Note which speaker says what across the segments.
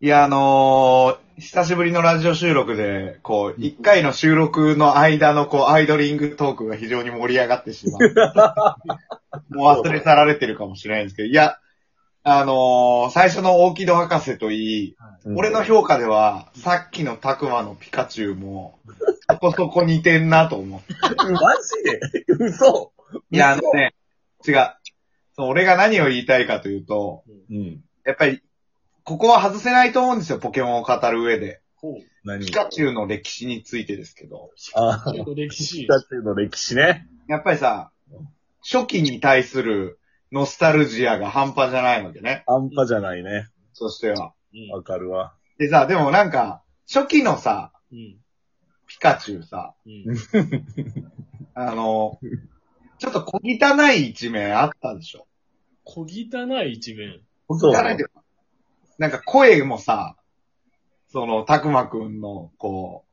Speaker 1: いや、あのー久しぶりのラジオ収録で、こう、一回の収録の間の、こう、アイドリングトークが非常に盛り上がってしまう。もう忘れ去られてるかもしれないんですけど、いや、あのー最初の大木戸博士といい、俺の評価では、さっきのタクマのピカチュウも、そこそこ似てんなと思って。
Speaker 2: マジで嘘
Speaker 1: いや、あのね、違う。そう俺が何を言いたいかというと、
Speaker 3: うん。
Speaker 1: やっぱり、ここは外せないと思うんですよ、ポケモンを語る上で。
Speaker 3: 何
Speaker 1: ピカチュウの歴史についてですけど。
Speaker 3: ああ、
Speaker 4: 結構歴史
Speaker 3: ピ。カチュウの歴史ね。
Speaker 1: やっぱりさ、初期に対するノスタルジアが半端じゃないわけね。
Speaker 3: アンパじゃないね。
Speaker 1: そしては。
Speaker 4: うん
Speaker 3: わかるわ。
Speaker 1: でさ、でもなんか、初期のさ、
Speaker 4: うん。
Speaker 1: ピカチュウさ、
Speaker 4: うん。
Speaker 1: あの、ちょっと小汚い一面あったでしょ。
Speaker 4: 小汚い一面。
Speaker 3: そ
Speaker 1: 汚いというかなんか声もさ、その、たくまくんの、こ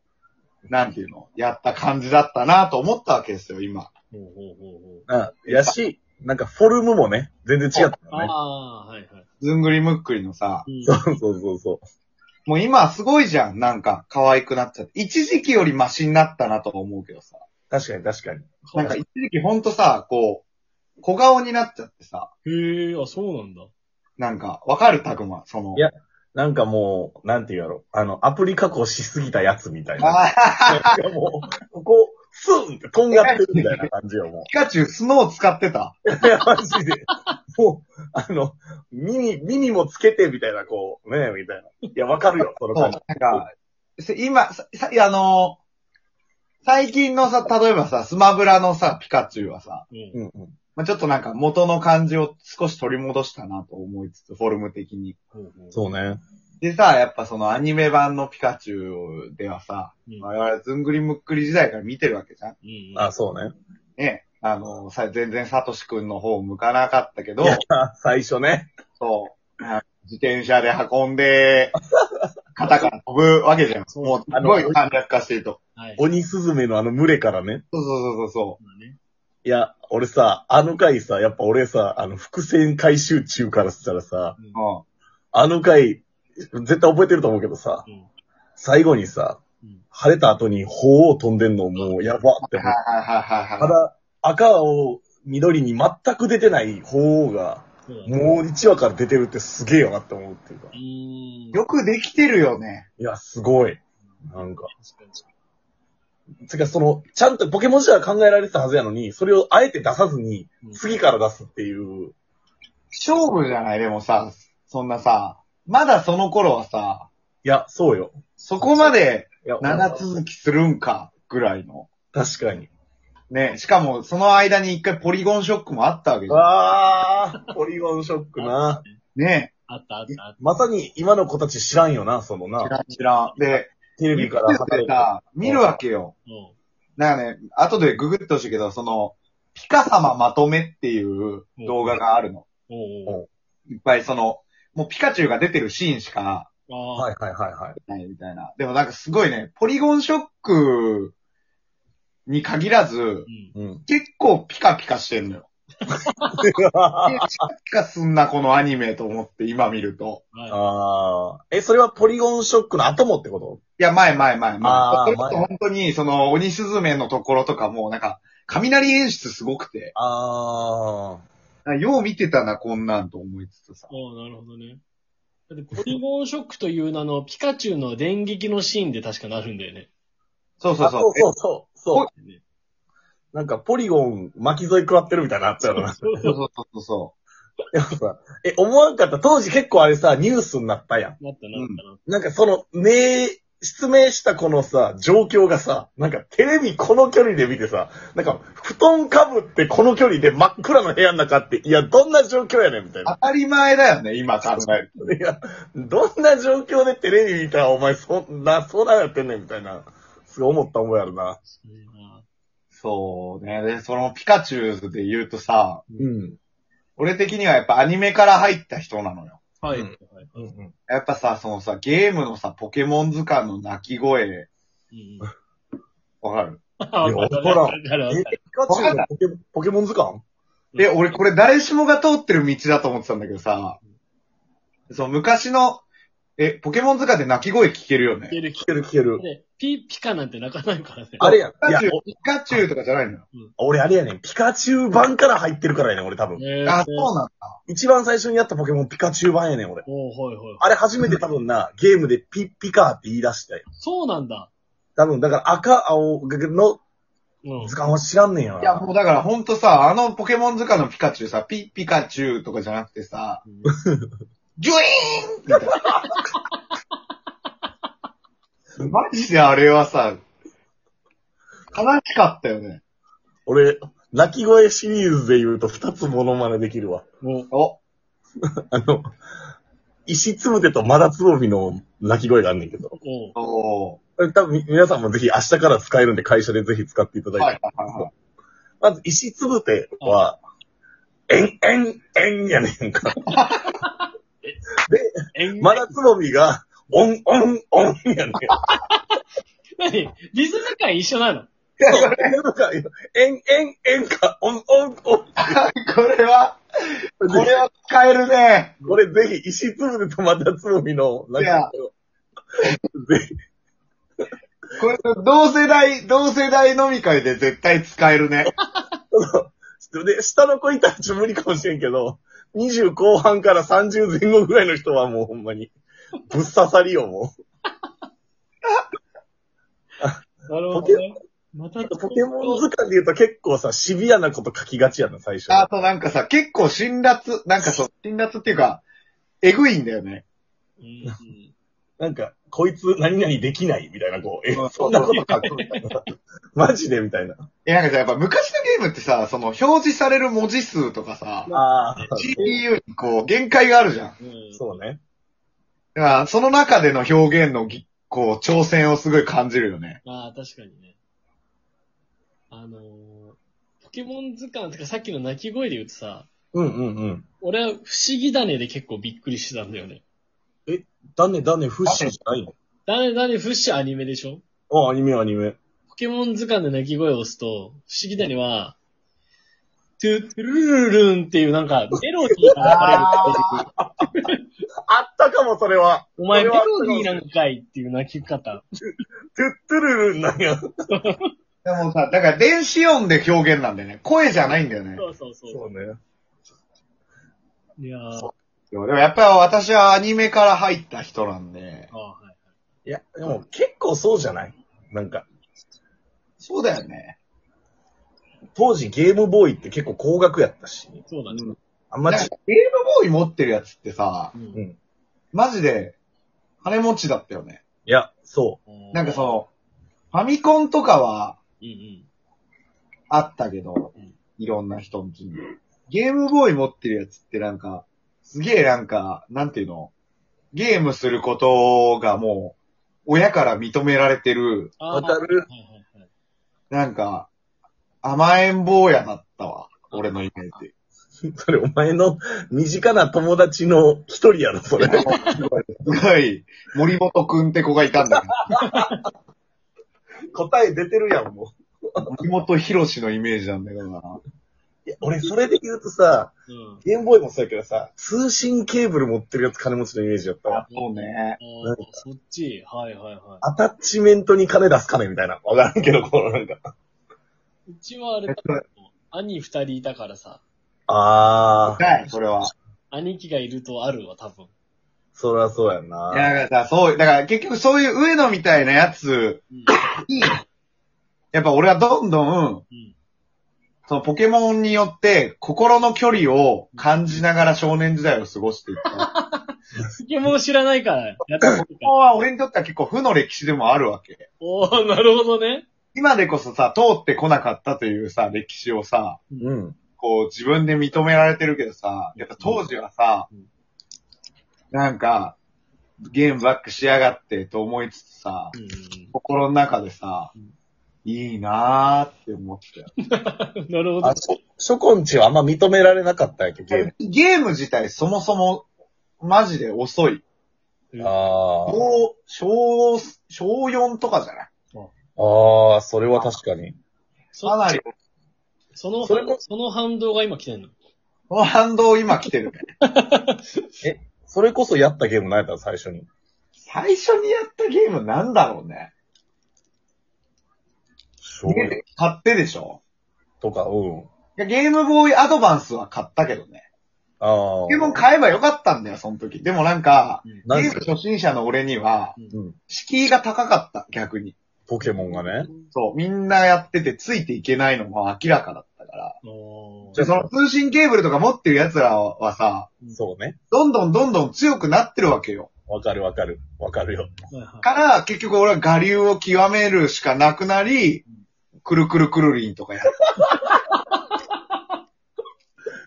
Speaker 1: う、なんていうの、やった感じだったなと思ったわけですよ、今。
Speaker 4: ほうほうほうほう。
Speaker 3: あ、やし、なんかフォルムもね、全然違ったよね。
Speaker 4: ああー、はいは
Speaker 1: ずんぐりむっくりのさ、
Speaker 4: い。
Speaker 3: そうそうそうそう。
Speaker 1: もう今すごいじゃん、なんか可愛くなっちゃって。一時期よりマシになったなとは思うけどさ。
Speaker 3: 確かに確かに。
Speaker 1: なんか一時期ほんとさ、こう、小顔になっちゃってさ、
Speaker 4: へえ、あ、そうなんだ。
Speaker 1: なんか、わかるたくま、その。
Speaker 3: いやなんかもう、なんて言うやろ。あの、アプリ加工しすぎたやつみたいな。
Speaker 1: あー
Speaker 3: なんかもう、ここ、スンってとんがってるみたいな感じよ、 も
Speaker 1: ピカチュウ、スノー使ってた。
Speaker 3: う。いや、マジで。もう、あの、耳、耳もつけてみたいな、こう、ねえ、みたいな。いや、わかるよ、そ
Speaker 1: そ
Speaker 3: の
Speaker 1: う、な
Speaker 3: 感
Speaker 1: ん
Speaker 3: じ。
Speaker 1: か、せ今、さ、さあのー最近のさ、例えばさ、スマブラのさ、ピカチュウはさ、
Speaker 4: うん。
Speaker 3: うんうん。
Speaker 1: まあ、ちょっとなんか元の感じを少し取り戻したなと思いつつ、フォルム的に。
Speaker 4: ほうほう。
Speaker 3: そうね。
Speaker 1: でさ、やっぱそのアニメ版のピカチュウではさ、
Speaker 4: うん
Speaker 1: 我々ずんぐりむっくり時代から見てるわけじゃん。
Speaker 4: うん。
Speaker 3: あ、そうね。
Speaker 1: ね。あの、さ、全然サトシくんの方向かなかったけど
Speaker 3: い、や、最初ね。
Speaker 1: そう。あ自転車で運んで、肩から飛ぶわけじゃん。
Speaker 4: そう
Speaker 1: もう、すごい簡略化してると。
Speaker 4: はい。
Speaker 3: 鬼スズメのあの群れからね。
Speaker 1: そうそうそうそ
Speaker 4: そうだね
Speaker 3: いや、俺さ、あの回さ、やっぱ俺さ、あの、伏線回収中からしたらさ、
Speaker 4: うん
Speaker 1: う。
Speaker 3: あの回、絶対覚えてると思うけどさ、
Speaker 4: うん
Speaker 3: 最後にさ
Speaker 4: うん、
Speaker 3: 晴れた後に鳳凰飛んでんのもうやばっ
Speaker 1: う
Speaker 3: て
Speaker 1: ん。
Speaker 3: 思
Speaker 1: はいはい
Speaker 3: う。
Speaker 1: はいはい
Speaker 3: た
Speaker 1: は
Speaker 3: だ、赤を緑に全く出てない鳳凰が、
Speaker 4: そうだね。
Speaker 3: もう1話から出てるってすげえよなって思うっていうか。
Speaker 4: うーん
Speaker 1: い。。よくできてるよね。
Speaker 3: いや、すごい。なんか。
Speaker 4: 確か
Speaker 3: つうか、その、ちゃんとポケモン自体は考えられてたはずやのに、それをあえて出さずに、
Speaker 4: に。
Speaker 3: 次から出すっていう。
Speaker 1: 勝負じゃないでもさ、そんなさ、まだその頃はさ、
Speaker 3: いや、そうよ。
Speaker 1: そこまで
Speaker 3: いや、
Speaker 1: 長続きするんか、ぐらいの。
Speaker 3: 確かに。
Speaker 1: ね、しかも、その間に一回ポリゴンショックもあったわけじゃ
Speaker 3: わー、ポリゴンショックな。
Speaker 1: ん。ね
Speaker 4: あったあったあっ
Speaker 3: まさに今の子たち知らんよな、その
Speaker 1: 知
Speaker 3: な。
Speaker 1: らん知らん。で、
Speaker 3: テレビから
Speaker 1: YouTube でさ、見るわけよ。
Speaker 4: た。うん。
Speaker 1: なんかね、後でググってほしいけど、その、ピカ様まとめっていう動画があるの。
Speaker 4: おうおう
Speaker 1: いっぱいその、もうピカチュウが出てるシーンしか
Speaker 4: ああ
Speaker 3: はいはいはいはい。
Speaker 1: ないみたいな。でもなんかすごいね、ポリゴンショックに限らず、
Speaker 4: うん。
Speaker 3: うん。
Speaker 1: 結構ピカピカしてんの よ。ピカピカすんな、このアニメと思って今見ると。
Speaker 4: は
Speaker 3: あー。え、それはポリゴンショックの後もってこと
Speaker 1: いや、前前前前。
Speaker 3: あー
Speaker 1: それこそ本当に、その、鬼スズメのところとかも、なんか、雷演出すごくて、
Speaker 3: あ
Speaker 1: あよう見てたな、こんなんと思いつつさ
Speaker 4: い。。おうなるほどね。だって、ポリゴンショックという名の、ピカチュウの電撃のシーンで確かなるんだよね。
Speaker 1: そう
Speaker 3: ー。
Speaker 1: そう
Speaker 3: あ
Speaker 1: そ
Speaker 3: そうう。そうそう。そ
Speaker 4: ね
Speaker 3: う。なんかポリゴン巻き添え食らってるみたいなのあ ったよな。
Speaker 4: そう
Speaker 1: えそうそうそうそ。
Speaker 3: でもさ え、思わんかった。当時結構あれさ、ニュースになったやん。
Speaker 4: なったなった
Speaker 3: な
Speaker 4: な。
Speaker 3: んかその、ね失明したこのさ、状況がさ、なんかテレビこの距離で見てさ、なんか布団かぶってこの距離で真っ暗な部屋の中って、いや、どんな状況やねんみたいうな。
Speaker 1: 当たり前だよね、今考える
Speaker 3: いや、どんな状況でテレビ見たらお前そんな、そうだやってんねんみたいな。すごい思った思いあるな。
Speaker 4: うん
Speaker 1: と。そうね。で、そのピカチュウで言うとさ、
Speaker 3: うん。
Speaker 1: 俺的にはやっぱアニメから入った人なのよ。
Speaker 4: はい。
Speaker 3: うん
Speaker 4: はい。
Speaker 3: う
Speaker 4: うんん
Speaker 3: うん。
Speaker 1: やっぱさ、そのさ、ゲームのさ、ポケモン図鑑の鳴き声、
Speaker 4: うん。
Speaker 1: わかる
Speaker 4: あ、わかる
Speaker 3: ほら
Speaker 4: わかるわ
Speaker 3: え
Speaker 4: かる。
Speaker 3: ピカチュウのポケポケモン図鑑
Speaker 1: で、俺これ誰しもが通ってる道だと思ってたんだけどさ、そう、昔の、え、ポケモン図鑑で鳴き声聞けるよ
Speaker 4: 聞
Speaker 1: ね。
Speaker 4: ける聞
Speaker 3: 聞ける聞ける。
Speaker 4: で、ピ、ピカなんて泣かないからね。
Speaker 3: あれやん。
Speaker 1: ピ
Speaker 3: い
Speaker 1: カ
Speaker 3: や
Speaker 1: チュ、ウ、ピカチュウとかじゃないの
Speaker 3: 俺あれやねん。ピカチュウ版から入ってるからやねん、俺多分。
Speaker 4: えー
Speaker 1: あ、そうなんだ。
Speaker 3: 一番最初にやったポケモンピカチュウ版やねん、俺。
Speaker 4: おうはいはいはい。
Speaker 3: あれ初めて多分な、ゲームでピッピカーって言い出したよ。
Speaker 4: そうなんだ。
Speaker 3: 多分、だから赤、青の
Speaker 4: うん。
Speaker 3: 図鑑は知らんねんよ
Speaker 1: いや、もうだからほんとさ、あのポケモン図鑑のピカチュウさ、ピ、ピカチュウとかじゃなくてさ、ジュイーンみたいな。 マジであれはさ、悲しかったよね。
Speaker 3: 俺、泣き声シリーズで言うと二つモノマネできるわ。
Speaker 4: お
Speaker 1: お、
Speaker 3: あの、石つぶてとマダつぼみの泣き声があんねんけど。
Speaker 4: お
Speaker 1: お
Speaker 4: う
Speaker 1: ー
Speaker 3: これ多分皆さんもぜひ明日から使えるんで会社でぜひ使っていただいて。
Speaker 1: はいはいはいはい。
Speaker 3: まず石つぶては、えん、えん、えんやねんか。
Speaker 4: えん
Speaker 3: マダつぼみが、オン、オン、オンやねん。
Speaker 4: 何 リズム感一緒なの
Speaker 3: いや、それなんか、えん、えん、えんか、オン、オン、オ
Speaker 1: こ
Speaker 3: ン。
Speaker 1: れは、これは使えるね。
Speaker 3: これぜひ、石つぶてとまたつぼみの、なんか、ぜひ、
Speaker 1: これ、同世代、同世代飲み会で絶対使えるね。
Speaker 3: で、下の子いたらちょっと無理かもしれんけど、20後半から30前後ぐらいの人はもうほんまに、ぶっ刺さりよ、も
Speaker 4: なる
Speaker 3: ほど
Speaker 4: ほどね。また
Speaker 3: う。ポケモン図鑑で言うと結構さ、シビアなこと書きがちやな、最初。
Speaker 1: あとなんかさ、結構辛辣、なんかそう、辛辣っていうか、えぐいんだよね。
Speaker 4: うんうん
Speaker 3: なんか、こいつ何々できないみたいな、こう、え
Speaker 1: う、ん
Speaker 3: そんなこと書くみたいな。マジでみたいな。
Speaker 1: え、なんかさ、やっぱ昔のゲームってさ、その表示される文字数とかさ、
Speaker 3: ああ、
Speaker 1: CPU にこう、限界があるじゃん。
Speaker 4: うん
Speaker 3: そうね。
Speaker 1: だから、その中での表現のぎ、こう、挑戦をすごい感じるよね。
Speaker 4: ああ、確かにね。あのー、ポケモン図鑑とかさっきの鳴き声で言うとさ、
Speaker 3: うんうんうん。
Speaker 4: 俺は不思議だねで結構びっくりしてたんだよね。
Speaker 3: だねだね、不思議じゃないの
Speaker 4: だねだねフッシュアニメでしょ
Speaker 3: あ、アニメアニメ。
Speaker 4: ポケモン図鑑で鳴き声を押すと、不思議だねは、トゥトゥルルルンっていうなんかメロディーが流れる。
Speaker 3: あったかも、それは。
Speaker 4: お前
Speaker 3: そ
Speaker 4: メ
Speaker 3: れは
Speaker 4: ロディーなんかいっていう鳴き方。
Speaker 3: トゥットゥルルンなんや。
Speaker 1: でもさ、だから電子音で表現なんだよね。声じゃないんだよね。
Speaker 4: そうそうそう
Speaker 3: ね。
Speaker 4: う。いやー。あ
Speaker 1: でもやっぱり私はアニメから入った人なんで、
Speaker 4: ーはい
Speaker 3: いや、でも結構そうじゃないなんか、
Speaker 1: そうだよね。
Speaker 3: 当時ゲームボーイって結構高額やったし、
Speaker 4: そうだね。
Speaker 3: あんま
Speaker 1: なん
Speaker 3: り
Speaker 1: か、ゲームボーイ持ってるやつってさ、
Speaker 4: うん
Speaker 3: うん。い
Speaker 1: マジで、金持ちだったよね。
Speaker 3: や、そ
Speaker 1: なんかその、ファミコンとかは
Speaker 4: うんうん。
Speaker 1: あったけど
Speaker 4: うん、
Speaker 1: いろんな人のに。ゲームボーイ持ってるやつってなんか、すげえなんか、なんていうの、ゲームすることがもう、親から認められてる、
Speaker 3: う。
Speaker 4: あ
Speaker 3: わ
Speaker 4: ー
Speaker 3: かる。
Speaker 4: はいはいはい。
Speaker 1: なんか、甘えん坊やだったわ。俺のイメージ。
Speaker 3: それお前の 身近な友達の一人やろ、それ。
Speaker 1: すごい、森本くんって子がいたんだけど、
Speaker 3: 答え出てるやん、も
Speaker 1: 森本博士のイメージなんだけどな。
Speaker 3: う。いや、俺それで言うとさ、
Speaker 4: うん。
Speaker 3: ゲームボーイもそうやけどさ、通信ケーブル持ってるやつ金持ちのイメージやったわ。
Speaker 1: そうね。
Speaker 4: あーそっち。はいはいは
Speaker 3: アタッチメントに金出す金みたいな。わからんけど、このなんか。
Speaker 4: い。うちはあれだけど、兄二人いたからさ、
Speaker 3: あー、
Speaker 1: はい、それは。
Speaker 4: 兄貴がいるとあるわ、多分。
Speaker 3: そりゃそうやん
Speaker 1: いや、
Speaker 3: な。
Speaker 1: だからさ、そう、だから結局そういう上野みたいなやつ
Speaker 4: うん。
Speaker 1: に、やっぱ俺はどんどん、
Speaker 4: うん。
Speaker 1: そのポケモンによって心の距離を感じながら少年時代を過ごしてい った。
Speaker 4: ポケモン知らないから、やったこと
Speaker 1: ポケモンは俺にとっては結構負の歴史でもあるわけ。
Speaker 4: おー、なるほどね。
Speaker 1: 今でこそさ、通ってこなかったというさ、歴史をさ、
Speaker 3: うん。
Speaker 1: こう自分で認められてるけどさ、やっぱ当時はさ
Speaker 4: うん、
Speaker 1: なんか、ゲームバックしやがってと思いつつさ、
Speaker 4: う
Speaker 1: 心の中でさ
Speaker 4: うん、
Speaker 1: いいなーって思ってたよ。
Speaker 4: ん。 なるほど
Speaker 3: あ、。そ、初婚地はあんま認められなかったんやけど、ゲーム。
Speaker 1: ゲーム自体そもそも、マジで遅い。
Speaker 3: あ
Speaker 1: 小、小、小4とかじゃない
Speaker 3: あ、ああ、それは確かに。
Speaker 1: か
Speaker 4: そ
Speaker 1: なり、
Speaker 4: その
Speaker 3: それも
Speaker 4: その反動が今来てんの。
Speaker 1: この反動今来てるね。
Speaker 3: それこそやったゲーム何やったの最初に。
Speaker 1: 最初にやったゲームなんだろうね。
Speaker 3: そう
Speaker 1: 家で買ってでしょ
Speaker 3: とか、うん。
Speaker 1: いやゲームボーイアドバンスは買ったけどね。
Speaker 3: ああ。
Speaker 1: ポケモン買えばよかったんだよ、その時。でもなんか、ゲ
Speaker 3: なん
Speaker 1: ー
Speaker 3: か
Speaker 1: ム初心者の俺には
Speaker 3: うん、
Speaker 1: 敷居が高かった、逆に。
Speaker 3: ポケモンがね。
Speaker 1: そう、みんなやっててついていけないのも明らかだったから。
Speaker 4: お
Speaker 1: で、その通信ケーブルとか持ってる奴らはさ、
Speaker 3: そうね。
Speaker 1: どんどんどんどん強くなってるわけよ。
Speaker 3: わかるわかる。わかるよ。
Speaker 1: から、結局俺は我流を極めるしかなくなり、くるくるくるりんとかやる。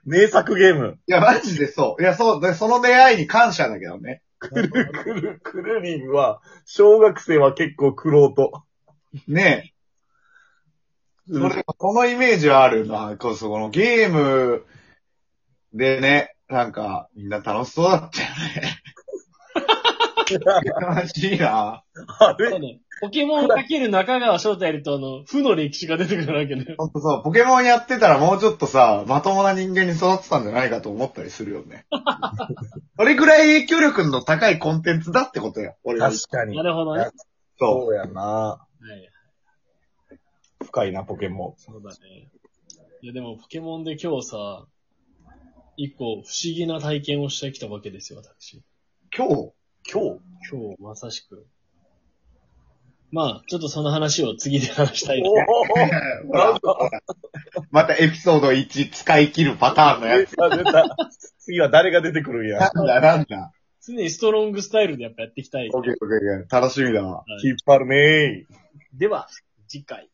Speaker 3: 名作ゲーム。
Speaker 1: いや、マジでそう。いや、そう、でその出会いに感謝だけどね。
Speaker 3: くるくるくるりんは、小学生は結構苦労 と。
Speaker 1: ねえ。それこのイメージはあるな。こうそのゲームでね、なんか、みんな楽しそうだったよ ね。楽しいな。
Speaker 3: あれ
Speaker 4: そうね。ポケモンかける中川翔太やると、あの、負の歴史が出てくるわけね。
Speaker 1: ほんとそう、ポケモンやってたらもうちょっとさ、まともな人間に育ってたんじゃないかと思ったりするよ ね。それくらい影響力の高いコンテンツだってことよ。俺は。
Speaker 3: 確かに
Speaker 4: な。るほどね。はい。
Speaker 1: そう。
Speaker 3: そうやな。深いな、ポケモ
Speaker 4: そうだね。いや、でもポケモンで今日さ、一個不思議な体験をしてきたわけですよ、私。
Speaker 1: 今日
Speaker 3: ン。今
Speaker 4: 今日、まさしく。まあ、ちょっとその話を次で話したい
Speaker 3: 日
Speaker 4: な。
Speaker 3: お
Speaker 1: ほら、ほらまたエピソード1使い切るパターンのやつ。
Speaker 3: お出た出た。次は誰が出てくるんや。
Speaker 1: なんだなんだ。
Speaker 4: 常にストロングスタイルでやっぱやっていきたい。
Speaker 1: オッケーオッケーオッケー。楽しみだわ。
Speaker 3: 引っ張るね
Speaker 4: では、次回。